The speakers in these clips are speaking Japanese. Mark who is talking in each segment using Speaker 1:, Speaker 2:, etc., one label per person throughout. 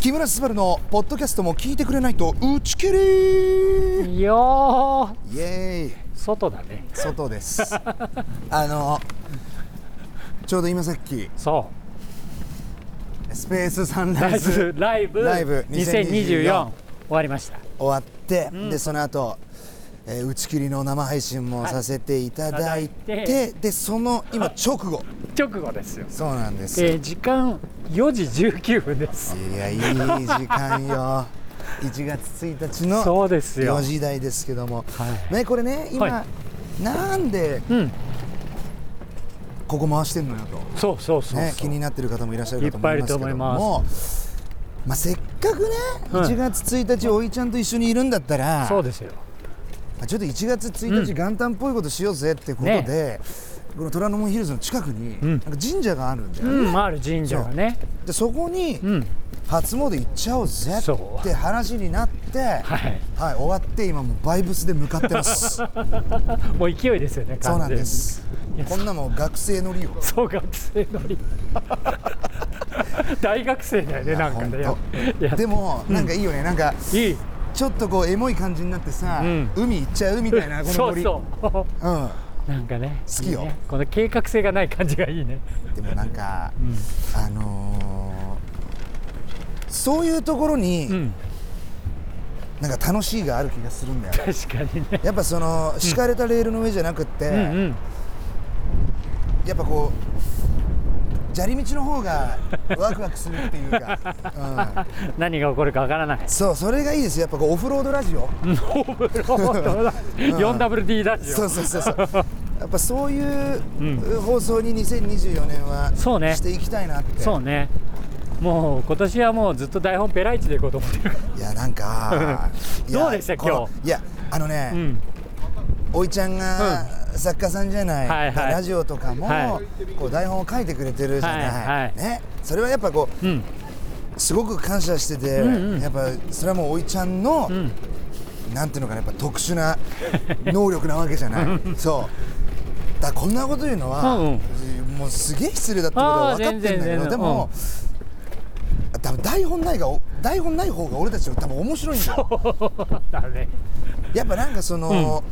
Speaker 1: 木村昴のポッドキャストも聞いてくれないと打ち切り
Speaker 2: いやー
Speaker 1: イエーイ
Speaker 2: 外だね
Speaker 1: 外です あのちょうど今さっき
Speaker 2: そ
Speaker 1: スペースサン
Speaker 2: うラ
Speaker 1: ラ
Speaker 2: イ
Speaker 1: イズ
Speaker 2: ブライブ
Speaker 1: ライブ
Speaker 2: 2024終わりました
Speaker 1: 終わって、でその後、えー打ち切りの生配信もさせていただいて,、
Speaker 2: はいいただい
Speaker 1: でその今直後
Speaker 2: 直後ですよ、
Speaker 1: そうなんですよ
Speaker 2: えー、時間4時19分です
Speaker 1: いやいい時間 よ1月1日の
Speaker 2: そうですよ
Speaker 1: 4時台ですけども、
Speaker 2: はい
Speaker 1: ね、これね今、
Speaker 2: は
Speaker 1: なんで
Speaker 2: うん
Speaker 1: ここ回してんのよと、
Speaker 2: そうそうそうそう、
Speaker 1: ね、気になってる方もいらっしゃるかと思いますけど
Speaker 2: いっぱいいると
Speaker 1: もまあ、せっかくね
Speaker 2: はい
Speaker 1: 1月1日おいちゃんと一緒にいるんだったら、
Speaker 2: そうですよ
Speaker 1: まあちょっと1月1日元旦っぽいことしようぜってことで、この虎ノ門ヒルズの近くに、なんか神社があるんだよね、
Speaker 2: うん、ある神社がね
Speaker 1: でそこに
Speaker 2: うん
Speaker 1: 初詣行っちゃおうぜ
Speaker 2: そう
Speaker 1: って話になって、はい
Speaker 2: はい
Speaker 1: 終わって今もうバイブスで向かってます
Speaker 2: もう勢いですよね
Speaker 1: そうなん
Speaker 2: 完全
Speaker 1: で
Speaker 2: に
Speaker 1: す
Speaker 2: いや
Speaker 1: こんなもう学生の利用
Speaker 2: 小学生乗り 大学生だよねなんかね
Speaker 1: ほ
Speaker 2: いや
Speaker 1: とでもなんかいいよね、なんか
Speaker 2: いい
Speaker 1: ちょっとこうエモい感じになってさ、
Speaker 2: うん
Speaker 1: 海行っちゃうみたいなこの
Speaker 2: そう
Speaker 1: 森
Speaker 2: そう
Speaker 1: うん
Speaker 2: なんかね
Speaker 1: 好きよ
Speaker 2: いいねこの計画性がない感じがいいね
Speaker 1: でもなんか、あのーそういうところに、
Speaker 2: うん
Speaker 1: なんか楽しいがある気がするんだよね
Speaker 2: 確かにね
Speaker 1: やっぱその敷かれたレールの上じゃなくって、
Speaker 2: うんうん
Speaker 1: やっぱこう砂利道の方がワクワクするっていうか、 うん、
Speaker 2: 何が起こるかわからない
Speaker 1: そうそれがいいですよやっぱこうオフロードラジオ、
Speaker 2: オブロードだ 4WD ラジオ
Speaker 1: そうそうそうそうやっぱそういう放送に2024年は
Speaker 2: そうね
Speaker 1: していきたいなって、
Speaker 2: そうねもう今年はもうずっと台本ペライチでいこうと思ってるから
Speaker 1: いやなんかいや
Speaker 2: どうでした
Speaker 1: この
Speaker 2: 今
Speaker 1: いやあのね、
Speaker 2: うん
Speaker 1: おいちゃんが作家さんじゃない、
Speaker 2: はいはい
Speaker 1: ラジオとかも、
Speaker 2: は
Speaker 1: こう台本を書いてくれてるじゃない、
Speaker 2: はいはい
Speaker 1: ね、それはやっぱこう
Speaker 2: うん
Speaker 1: すごく感謝してて、
Speaker 2: うんうん
Speaker 1: やっぱそれはもうおいちゃんの、
Speaker 2: ん
Speaker 1: なんていうのかなやっぱ特殊な能力なわけじゃないそうだからこんなこと言うのは、
Speaker 2: うん
Speaker 1: もうすげえ失礼だってこと
Speaker 2: あ
Speaker 1: は
Speaker 2: ー
Speaker 1: 分かってるんだけ
Speaker 2: 全
Speaker 1: ど
Speaker 2: 然
Speaker 1: でも、多分台本ないが台本ない方が俺たちより多分面白いんだよ
Speaker 2: だね
Speaker 1: やっぱなんかその、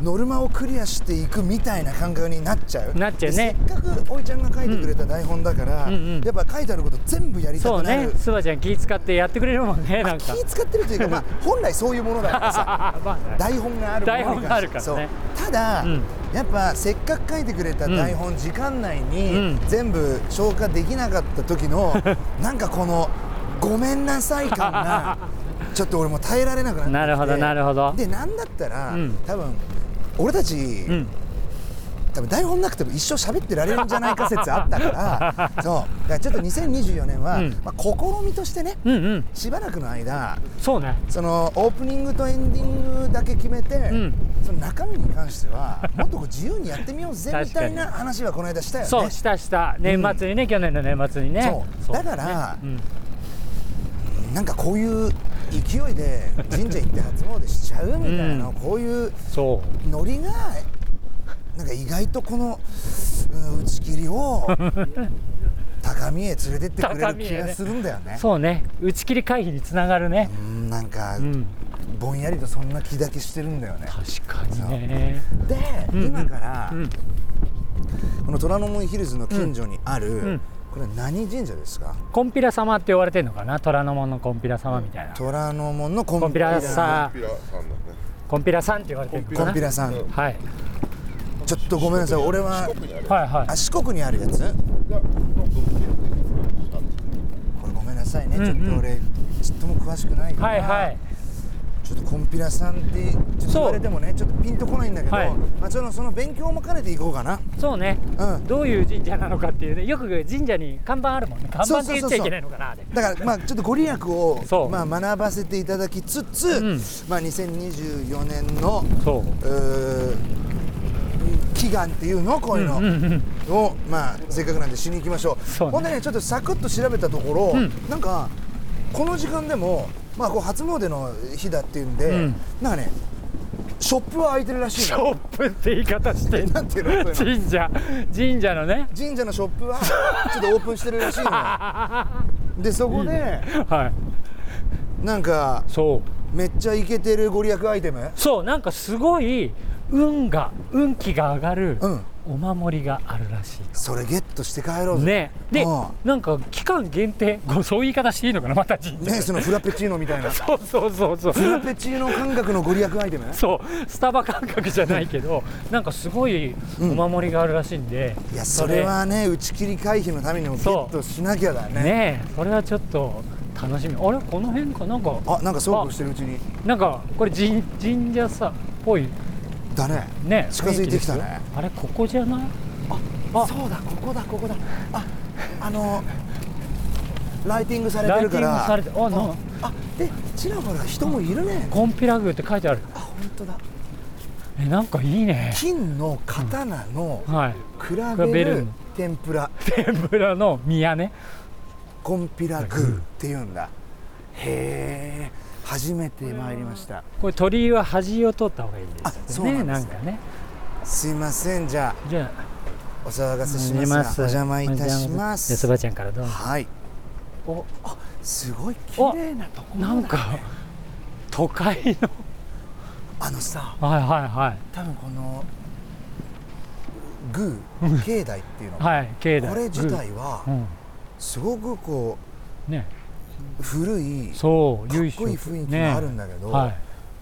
Speaker 1: ノルマをクリアしていくみたいな感覚になっちゃう
Speaker 2: なっちゃうね
Speaker 1: でせっかくおいちゃんが書いてくれた台本だから、
Speaker 2: んうんうん
Speaker 1: やっぱ書いてあること全部やりた
Speaker 2: そう
Speaker 1: くなる、
Speaker 2: ねスバちゃん気使ってやってくれるもんねなんか
Speaker 1: 気使ってるというか、 まあ、本来そういうものだからさ
Speaker 2: まあね
Speaker 1: 台本があるものに関して
Speaker 2: 台本があるからね
Speaker 1: そうただ、
Speaker 2: うん
Speaker 1: やっぱせっかく書いてくれた台本、時間内
Speaker 2: う
Speaker 1: に
Speaker 2: ん
Speaker 1: 全部消化できなかった時 の、なんかこのごめんなさい感が ちょっと俺も耐えられなくなってきて
Speaker 2: なるほどなるほど
Speaker 1: でなんだったら、
Speaker 2: うん
Speaker 1: 多分俺たち、
Speaker 2: うん
Speaker 1: 多分台本なくても一生喋ってられるんじゃないか説あったから そうだからちょっと2024年は、
Speaker 2: うん
Speaker 1: まあ、試みとしてね
Speaker 2: うんうん
Speaker 1: しばらくの間
Speaker 2: そうね
Speaker 1: そのオープニングとエンディングだけ決めて、
Speaker 2: ん
Speaker 1: その中身に関してはもっとこう自由にやってみようぜ
Speaker 2: 確か
Speaker 1: み
Speaker 2: に
Speaker 1: たいな話はこの間したよね
Speaker 2: そうしたした年末にね、去年の年末にね
Speaker 1: そうだから
Speaker 2: ねうん
Speaker 1: なんかこういう勢いで神社行って初詣しちゃうみたいな、
Speaker 2: うん
Speaker 1: こういう
Speaker 2: そ
Speaker 1: ノリがなんか意外とこの、うん打ち切りを 高みへ連れてってくれ
Speaker 2: 高
Speaker 1: る
Speaker 2: みへ
Speaker 1: 気
Speaker 2: ね
Speaker 1: がするんだよね
Speaker 2: うそうね打ち切り回避につながるね
Speaker 1: うんなんか、
Speaker 2: うん
Speaker 1: ぼんやりとそんな気だけしてるんだよね
Speaker 2: 確かにね
Speaker 1: で、
Speaker 2: ん
Speaker 1: 今から、
Speaker 2: うん
Speaker 1: この虎ノ門ヒルズの近所にある、
Speaker 2: ん
Speaker 1: これ何神社ですか
Speaker 2: コンピラ様って言われてるのかな虎ノ門のコンピラ様みたいな
Speaker 1: 虎ノ門のコ
Speaker 2: コ
Speaker 1: ン
Speaker 2: ン
Speaker 1: ピ
Speaker 2: ピ
Speaker 1: ラ
Speaker 2: ラ
Speaker 1: さ
Speaker 2: さ
Speaker 3: ピラさんだね。
Speaker 2: コンピラさんって言われてるの
Speaker 1: コ
Speaker 2: か
Speaker 1: ン
Speaker 2: な
Speaker 1: ピラさん
Speaker 2: はい
Speaker 1: ちょっとごめんなさい俺は
Speaker 3: 四国にある。
Speaker 2: はいはい
Speaker 1: あ四国にあるやつ
Speaker 3: いや、なんか
Speaker 1: これごめんなさいね、
Speaker 2: んうん
Speaker 1: ちょっと俺ちっとも詳しくないから、
Speaker 2: はいはい
Speaker 1: ちょっとコンピラさんってちょっと言われてもねちょっとピンとこないんだけど、
Speaker 2: はい
Speaker 1: まあ、ちょっとその勉強も兼ねていこうかな
Speaker 2: そうね
Speaker 1: うん
Speaker 2: どういう神社なのかっていうねよく神社に看板あるもんね看板って言っちゃいけないのかなあれ
Speaker 1: だからまあちょっとご利益を
Speaker 2: そう
Speaker 1: まあ学ばせていただきつつ、
Speaker 2: ん
Speaker 1: まあ2024年の
Speaker 2: そう
Speaker 1: うー祈願っていうのこういうのを、まあせっかくなんでしに行きましょう
Speaker 2: そうね
Speaker 1: ほんでねちょっとサクッと調べたところ、
Speaker 2: うん
Speaker 1: なんかこの時間でもまあこう初詣の日だっていうんで、
Speaker 2: ん
Speaker 1: なんかねショップは開いてるらしい
Speaker 2: シ
Speaker 1: の
Speaker 2: ョップって言い方してんの
Speaker 1: なんていうのそういうの
Speaker 2: 神社神社のね
Speaker 1: 神 社のショップはちょっとオープンしてるらしいのよでそこで
Speaker 2: は
Speaker 1: なんか
Speaker 2: そう
Speaker 1: めっちゃイケてるご利益アイテム
Speaker 2: そうなんかすごい運が運気が上がる
Speaker 1: うん
Speaker 2: お守りがあるらしい
Speaker 1: それゲットして帰ろうぜ
Speaker 2: ねで
Speaker 1: うん
Speaker 2: なんか期間限定ごそういう言い方していいのかなまた神社
Speaker 1: ねそのフラペチーノみたい なフ
Speaker 2: そうそうそうそう
Speaker 1: ラペチーノ感覚のご利益アイテム
Speaker 2: そうスタバ感覚じゃないけどなんかすごいお
Speaker 1: うん
Speaker 2: 守りがあるらしいんで、
Speaker 1: いやそれはね打ち切り回避のためにもゲ
Speaker 2: そう
Speaker 1: ットしなきゃだ
Speaker 2: それ
Speaker 1: ね
Speaker 2: ねそれはちょっと楽しみあれこの辺かなんか
Speaker 1: あなんかそうこうしてるうちに
Speaker 2: なんかこれ神神社さっぽい
Speaker 1: だね
Speaker 2: ね
Speaker 1: 近づいてきたね
Speaker 2: 雰囲気ですよあれここじゃないあ
Speaker 1: そうだここだここだああのライティングされて
Speaker 2: ライ
Speaker 1: る
Speaker 2: テ
Speaker 1: か
Speaker 2: ィングさ
Speaker 1: ら
Speaker 2: れてあな
Speaker 1: あでちらほら人もいるね
Speaker 2: コンピラ宮って書いてある
Speaker 1: あ本当だ
Speaker 2: えなんかいいね
Speaker 1: 金の刀の
Speaker 2: はい
Speaker 1: 比
Speaker 2: 比
Speaker 1: べ
Speaker 2: べ
Speaker 1: る
Speaker 2: る
Speaker 1: 天ぷら
Speaker 2: 天ぷらの宮ね
Speaker 1: コンピラグーっていうんだへえ初めて参りました
Speaker 2: これ鳥居は端を通った方がいい
Speaker 1: あ
Speaker 2: です
Speaker 1: そ
Speaker 2: よ
Speaker 1: う
Speaker 2: ね
Speaker 1: なんです
Speaker 2: な
Speaker 1: ね
Speaker 2: んかね
Speaker 1: すいませんじゃ
Speaker 2: じゃあ
Speaker 1: あお騒がせしますがお邪魔いたしま
Speaker 2: じゃあそ
Speaker 1: す
Speaker 2: ばちゃんからどうぞ
Speaker 1: はい
Speaker 2: お
Speaker 1: あすごい綺
Speaker 2: お
Speaker 1: 麗なとこ
Speaker 2: なんか都会の
Speaker 1: あのさ
Speaker 2: はいはいはい
Speaker 1: 多分このグー境内っていうの
Speaker 2: はい境内
Speaker 1: これ自体は
Speaker 2: うん
Speaker 1: すごくこ
Speaker 2: ね
Speaker 1: う古いかっ
Speaker 2: そう
Speaker 1: こい
Speaker 2: 由
Speaker 1: い
Speaker 2: 緒
Speaker 1: 雰囲気があるん
Speaker 2: ね
Speaker 1: だけど、
Speaker 2: は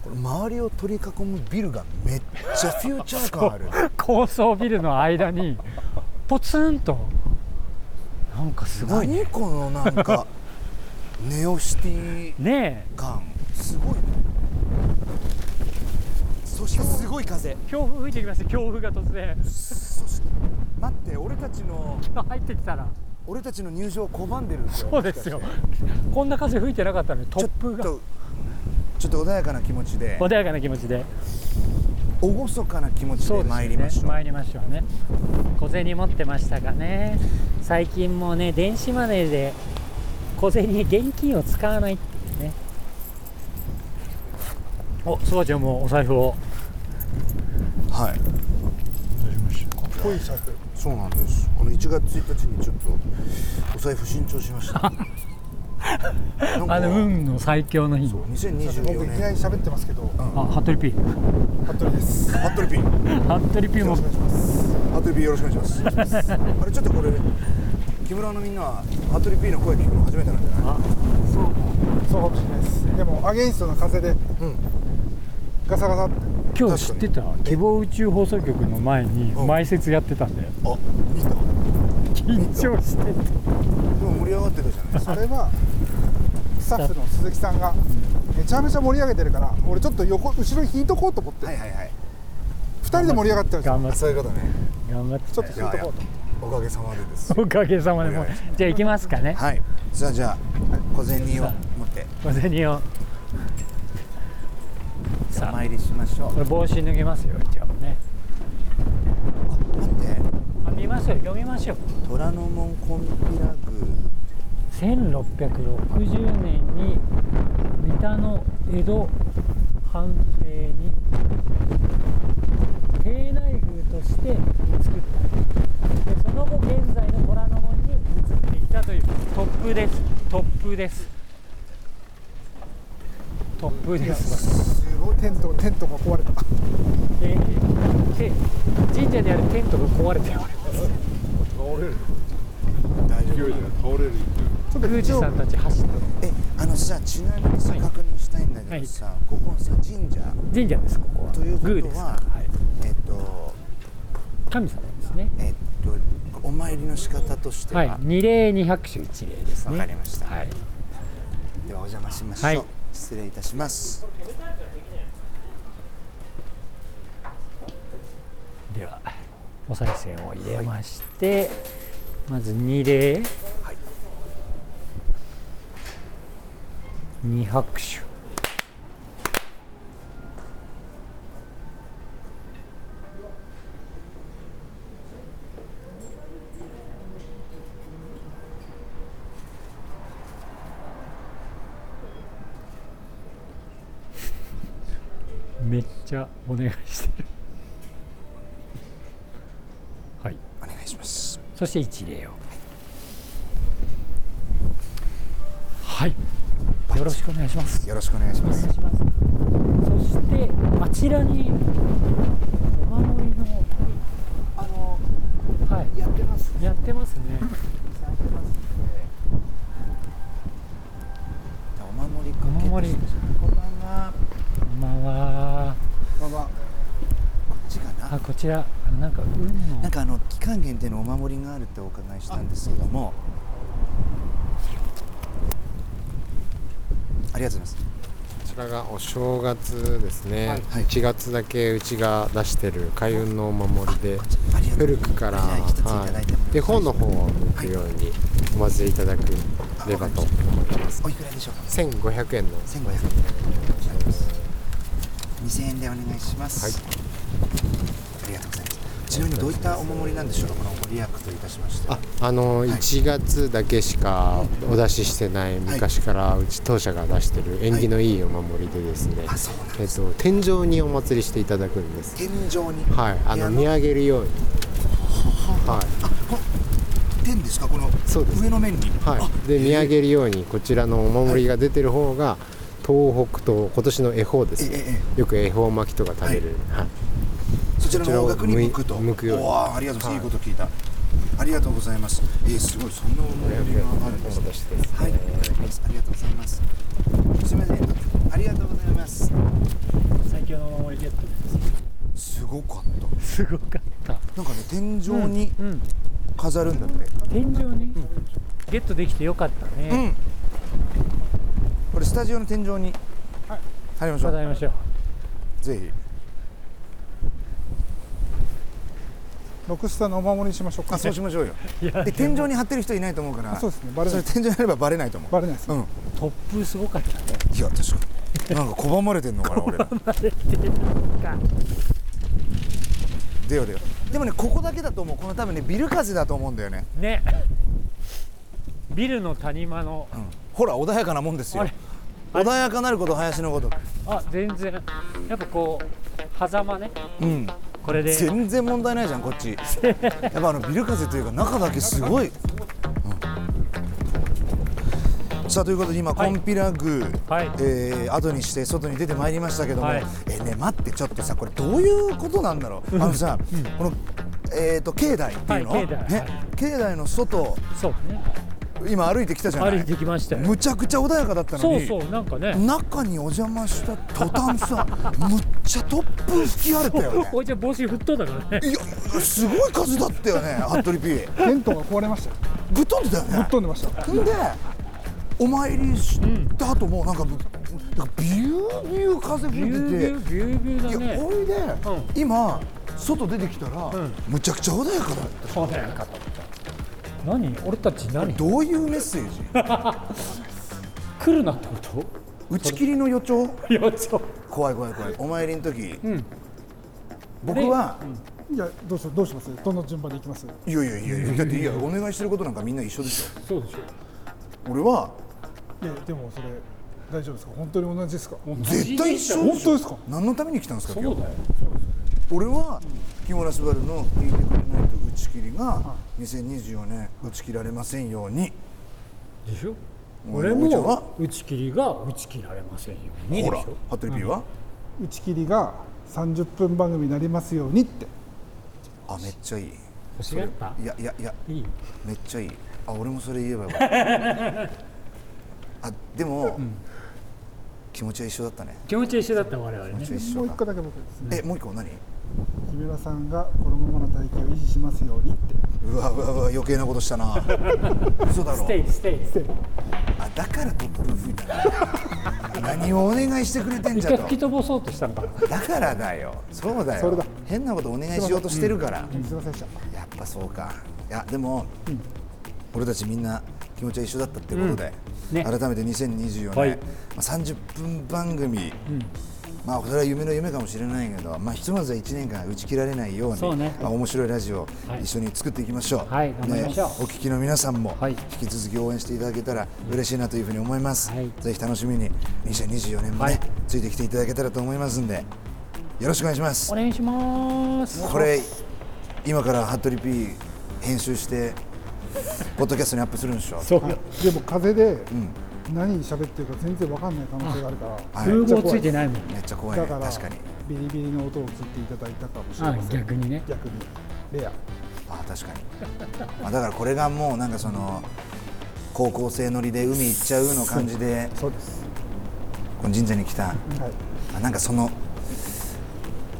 Speaker 1: これ周りを取り囲むビルがめっちゃフューチャー感ある
Speaker 2: い高層ビルの間にポツンとなんかすごいね
Speaker 1: 何このなんか ネオシティ
Speaker 2: ね
Speaker 1: 感すごいねそしてすごい風
Speaker 2: え強風吹いてきました強風が突然
Speaker 1: そして待って俺たちの
Speaker 2: 入ってきたら
Speaker 1: 俺たちの入場を拒んでるんですよ
Speaker 2: そうですよこんな風吹いてなかったのに
Speaker 1: ちょ
Speaker 2: 突
Speaker 1: っ
Speaker 2: 風が
Speaker 1: とちょっと穏やかな気持ちで
Speaker 2: 穏やかな気持ちで
Speaker 1: 厳かな気持ち
Speaker 2: そ
Speaker 1: で
Speaker 2: うですよね
Speaker 1: 参りましょう
Speaker 2: 参りましょうね小銭持ってましたかね最近もうね電子マネーで小銭現金を使わないっていうねおそばちゃんもお財布を
Speaker 1: はい
Speaker 3: こいい財布
Speaker 1: そうなんですこの1月1日にちょっとお財布新調しましたなんか
Speaker 2: あの運の最強の日
Speaker 1: そう
Speaker 3: 僕
Speaker 1: 2024
Speaker 3: いきな
Speaker 1: 年
Speaker 3: り喋ってますけど、
Speaker 2: あ服部 P
Speaker 3: 服部です。よ
Speaker 1: 服部ピン
Speaker 2: 服部 P
Speaker 3: ろ
Speaker 2: も
Speaker 3: しくお願いします。
Speaker 1: 服部ピンよろしくお願いします あれちょっとこれ木村のみんなは服部ピンの声聞くの初めてなんじゃない
Speaker 2: あ
Speaker 3: そう、そうかもしれないです。でもアゲインストの風で、
Speaker 1: ん
Speaker 3: ガサガサって。
Speaker 2: 今日知ってた希望宇宙放送局の前に
Speaker 1: うん
Speaker 2: 前説やってたんだよ
Speaker 1: あ見たで
Speaker 2: 緊張してて
Speaker 1: も盛り上がってたじゃないですか
Speaker 3: それはスタッフの鈴木さんがめちゃめちゃ盛り上げてるから、俺ちょっと横後ろに引いとこうと思って、
Speaker 1: はいはいはい
Speaker 3: 二人で盛り上がってたんですよ。
Speaker 2: 頑張って
Speaker 1: そういうことね
Speaker 2: 頑張って
Speaker 3: ちょっと引いとこうと。
Speaker 1: おかげさまでですよ
Speaker 2: おかげさまでもうじゃあ行きますかね
Speaker 1: はいさあじゃあ小銭を持って
Speaker 2: 小銭を
Speaker 1: じゃあ
Speaker 2: さ
Speaker 1: お
Speaker 2: あ
Speaker 1: 参りしましょう
Speaker 2: これ帽子脱ぎますよ一応ね
Speaker 1: あ待って
Speaker 2: あ見ますよ読みましょう
Speaker 1: 虎ノ門コンピラグ
Speaker 2: 1660年に三田の江戸藩邸に邸内宮として作ったでその後現在の虎ノ門に移っていったという突風です突風です突風です
Speaker 3: すごいテントテントが壊れた。
Speaker 2: えーで神社であるテントが壊れております
Speaker 4: 倒れる
Speaker 1: 大丈
Speaker 4: 勢い
Speaker 1: 夫
Speaker 4: で倒れる
Speaker 3: ちょっと
Speaker 2: 宮司
Speaker 3: 一応
Speaker 2: さんたち走って
Speaker 1: えあのさちなみにさ
Speaker 2: はい
Speaker 1: 確認したいんだけどさ、ここのさ神社
Speaker 2: 神社ですここは
Speaker 1: ということは
Speaker 2: 宮ですからはい、
Speaker 1: えっと
Speaker 2: 神様ですね
Speaker 1: えっとお参りの仕方としては、
Speaker 2: はい二礼二拍手一礼ですね
Speaker 1: わかりました
Speaker 2: はい
Speaker 1: ではお邪魔しましょう、
Speaker 2: はい
Speaker 1: 失礼いたします
Speaker 2: ではお賽銭を入れまして、まず二礼、
Speaker 1: はい
Speaker 2: 二拍手めっちゃお願いしてるはい
Speaker 1: お願いします
Speaker 2: そして一礼をはい、
Speaker 1: バ
Speaker 2: よろしくお願いします
Speaker 1: よろしくお願いし
Speaker 2: お
Speaker 1: ま
Speaker 2: 願い
Speaker 1: す
Speaker 2: しますそしてあちらにお守りの
Speaker 1: あの
Speaker 2: はい
Speaker 1: やってます
Speaker 2: やってますね
Speaker 1: やってますお守りか
Speaker 2: お守り
Speaker 1: こんばんは
Speaker 2: こんばんは
Speaker 3: まあまあ
Speaker 1: こっちかな
Speaker 2: あこちらあのなんか運の
Speaker 1: なんかあの期間限定のお守りがあるってお伺いしたんですけどもありがとうございま
Speaker 4: こちらがお正月ですね、
Speaker 1: はい
Speaker 4: 1月だけうちが出してる開運のお守りで
Speaker 1: すありがとうござい
Speaker 4: 古くから、
Speaker 1: はい一ついただいても
Speaker 4: はいで本の方を向くようにお祭りいただければと思います
Speaker 1: ますおいくらでしょうか
Speaker 4: 1500円の
Speaker 1: 1500円2000円でお願いします、
Speaker 4: はい
Speaker 1: ありがとうございますちなみにどういったお守りなんでしょうかこのご利益といたしまして
Speaker 4: ああの
Speaker 1: い
Speaker 4: 1月だけしかお出ししてない昔からうち当社が出してる縁起のいいお守りでですね、
Speaker 1: あそうなん
Speaker 4: えっと、天井にお祭りしていただくんです
Speaker 1: 天井に
Speaker 4: はいあ
Speaker 1: 部屋
Speaker 4: の
Speaker 1: の
Speaker 4: 見上げるようにはい
Speaker 1: あこ天ですかこの
Speaker 4: そうです
Speaker 1: 上の面に
Speaker 4: はい、で見
Speaker 1: げ
Speaker 4: 上げるようにこちらのお守りが出てる方が東北と今年の恵方です
Speaker 1: ええ
Speaker 4: ねよく恵方巻きとか食べる、はい
Speaker 1: そちらの方角に向くと
Speaker 4: こちらを向い向くように
Speaker 1: おーありがとうございます、い、
Speaker 4: はい
Speaker 1: いこと聞いたありがとうございますえー、すごいそんなお守りがあるんですね
Speaker 4: 私ですね
Speaker 1: はい、わかりますありがとうございますすみませんありがとうございます
Speaker 2: 最強のお守りゲット
Speaker 1: すごかった
Speaker 2: ですすごかった
Speaker 1: なんかね天井に
Speaker 2: うんうん
Speaker 1: 飾るんだって
Speaker 2: 天井にゲットできてよかった
Speaker 1: う
Speaker 2: ね
Speaker 1: んこれスタジオの天井に貼りましょ
Speaker 2: 飾
Speaker 1: う
Speaker 2: りましょう
Speaker 1: ぜひ
Speaker 3: ロクスターのお守りにしましょうか
Speaker 1: あそうしましょうよ
Speaker 2: いや
Speaker 1: で天井に貼ってる人いないと思うから
Speaker 3: そうですねバレない
Speaker 1: それ天井にあればバレないと思う
Speaker 3: バレないですね
Speaker 1: うん
Speaker 2: 突風すごかったね
Speaker 1: いや確かになんか拒まれてんのかな俺らでよでよでもねここだけだと思うこの多分ねビル風だと思うんだよね、
Speaker 2: ねビルの谷間の
Speaker 1: うん、ほら穏やかなもんです
Speaker 2: あ
Speaker 1: よ
Speaker 2: れ
Speaker 1: 穏やかなること林のこと
Speaker 2: あ全然やっぱこう狭間ね
Speaker 1: うん
Speaker 2: これで
Speaker 1: 全然問題ないじゃんこっちやっぱあのビル風というか中だけすごい、うんさあということで今、
Speaker 2: はい
Speaker 1: コンピラグ、
Speaker 2: はい
Speaker 1: えー後にして外に出てまいりましたけども、
Speaker 2: はい
Speaker 1: えーね待ってちょっとさこれどういうことなんだろ う、あのさ、このえー、と境内っていうの、
Speaker 2: はい境内
Speaker 1: ね
Speaker 2: はい
Speaker 1: 境内の外
Speaker 2: そうね
Speaker 1: 今歩いてきたじゃない
Speaker 2: 歩いてきましたよ
Speaker 1: むちゃくちゃ穏やかだったの
Speaker 2: そう
Speaker 1: に
Speaker 2: そうなんかね
Speaker 1: 中にお邪魔した途端さむっちゃ突風吹き荒れたよ ね
Speaker 2: こいつは帽子吹っ飛んだからね
Speaker 1: いやすごい数だったよね服部 P
Speaker 3: テントが壊れましたよ
Speaker 1: ぶっ飛んでたよねぶ
Speaker 3: 飛んでました
Speaker 1: んでお参りした後もなんかぶなんかビュービュー風
Speaker 2: ビュー
Speaker 1: 吹いてて
Speaker 2: ビュービュービューだ
Speaker 1: いや
Speaker 2: ね
Speaker 1: ほいで、今外出てきたら、むちゃくちゃ穏やかだった
Speaker 2: そうだよ何俺たち何
Speaker 1: どういうメッセージ
Speaker 2: 来るなってこ
Speaker 1: 打ち切りの予兆
Speaker 2: といやちょ
Speaker 1: 怖い怖い怖いお参りの時、
Speaker 2: ん
Speaker 1: 僕は、
Speaker 3: いやどうしようどうしますどの順番でいきます
Speaker 1: いやいやいやいやだっていやお願いしてることなんかみんな一緒でしょ
Speaker 2: そうでしょ
Speaker 1: 俺はい
Speaker 3: やでもそれ大丈夫ですか本当に同じですか本
Speaker 1: 絶対一緒でし
Speaker 3: 当
Speaker 1: ょ
Speaker 3: ですか
Speaker 1: 何のために来たんですか
Speaker 2: そう
Speaker 1: 今日
Speaker 2: だよ
Speaker 1: 俺は木村昴の「聞いてくれないと打ち切り」が2024年打ち切られませんように
Speaker 2: でしょ
Speaker 1: 俺も
Speaker 2: 俺も打ち切りが打ち切られませんようにでし
Speaker 1: ほら
Speaker 2: ょ
Speaker 1: 服部 P は、
Speaker 3: 打ち切りが30分番組になりますようにって
Speaker 1: あめっちゃいい
Speaker 2: 違った
Speaker 1: いやいやいや
Speaker 2: いい
Speaker 1: めっちゃいいあ俺もそれ言えばよかった あでも、気持ちは一緒だったね
Speaker 2: 気持ちは一緒だった我々ね
Speaker 1: 気持ちは
Speaker 3: も
Speaker 1: 一緒
Speaker 3: う一
Speaker 1: だ
Speaker 3: 個だけ僕です
Speaker 1: えもう一個何
Speaker 3: 木村さんがこのままの体型を維持しますようにって
Speaker 1: うわうわうわ余計なことしたな嘘だろ
Speaker 2: ステイステイステイ
Speaker 1: あだからトップルーフいたな何をお願いしてくれてん
Speaker 2: 一
Speaker 1: じゃ
Speaker 2: 回
Speaker 1: と
Speaker 2: 吹き飛ばそうとしたのかな
Speaker 1: だからだよそうだよ
Speaker 3: それだ
Speaker 1: 変なことお願いしようとしてるから、
Speaker 3: すいませんでした
Speaker 1: やっぱそうかいやでも、俺たちみんな気持ちは一緒だったってことで、
Speaker 2: うんね
Speaker 1: 改めて2024年、
Speaker 2: はい
Speaker 1: まあ、30分番組、まあそれは夢の夢かもしれないけど、まあ、ひとまずは1年間打ち切られないように
Speaker 2: そうね
Speaker 1: まあ、面白いラジオを
Speaker 2: はい
Speaker 1: 一緒に作っていきましょう、
Speaker 2: はい頑張りましょう
Speaker 1: ねお聞きの皆さんも
Speaker 2: はい
Speaker 1: 引き続き応援していただけたら嬉しいなというふうに思います、
Speaker 2: はい
Speaker 1: ぜひ楽しみに2024年もね、
Speaker 2: はい
Speaker 1: ついてきていただけたらと思いますんでよろしくお願いします
Speaker 2: お願いします
Speaker 1: これ今から服部 P 編集してポッドキャストにアップするんでしょ
Speaker 2: そう
Speaker 3: でも風で何喋ってるか全然わかんない可能性があるから
Speaker 1: あ
Speaker 2: 通合ついてないもん
Speaker 1: めっちゃ怖い
Speaker 3: だ
Speaker 1: ね
Speaker 3: から
Speaker 1: 確かに
Speaker 3: ビリビリの音を聞いていただいたかもしれ
Speaker 2: あ
Speaker 3: ません
Speaker 2: 逆にね
Speaker 3: 逆にレア
Speaker 1: あ確かにまあだからこれがもうなんかその高校生乗りで海行っちゃうの感じで
Speaker 3: そうです、
Speaker 1: この神社に来た、
Speaker 3: はい、
Speaker 1: あなんかその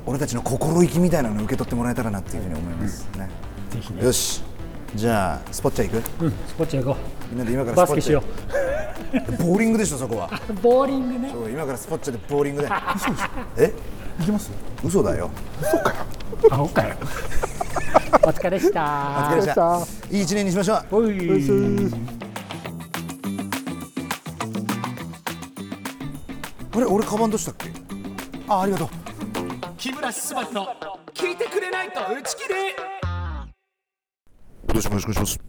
Speaker 1: 俺たちの心意気みたいなのを受け取ってもらえたらなっていうふうに思いますね、
Speaker 2: ぜひね
Speaker 1: よしじゃあスポッチャ行く
Speaker 2: うんスポッチャ行こ
Speaker 1: みんなで今か
Speaker 2: う
Speaker 1: ら
Speaker 2: バ
Speaker 1: ス
Speaker 2: ス
Speaker 1: ポッ
Speaker 2: ケ
Speaker 1: チ
Speaker 2: し
Speaker 1: ャ
Speaker 2: よ
Speaker 1: うボーリングでしょそこは
Speaker 2: う ボーリングね
Speaker 1: そう今からスポッチャでボーリング でえ
Speaker 3: 行きます
Speaker 1: 嘘だよ
Speaker 2: あお っかよお疲れした
Speaker 1: お疲れしたいい一年にしましょう
Speaker 2: おい
Speaker 1: あれ俺カバンどうしたっけあありがとう
Speaker 5: 木村昴の聞いてくれないと打ち切り
Speaker 1: よろしくお願いします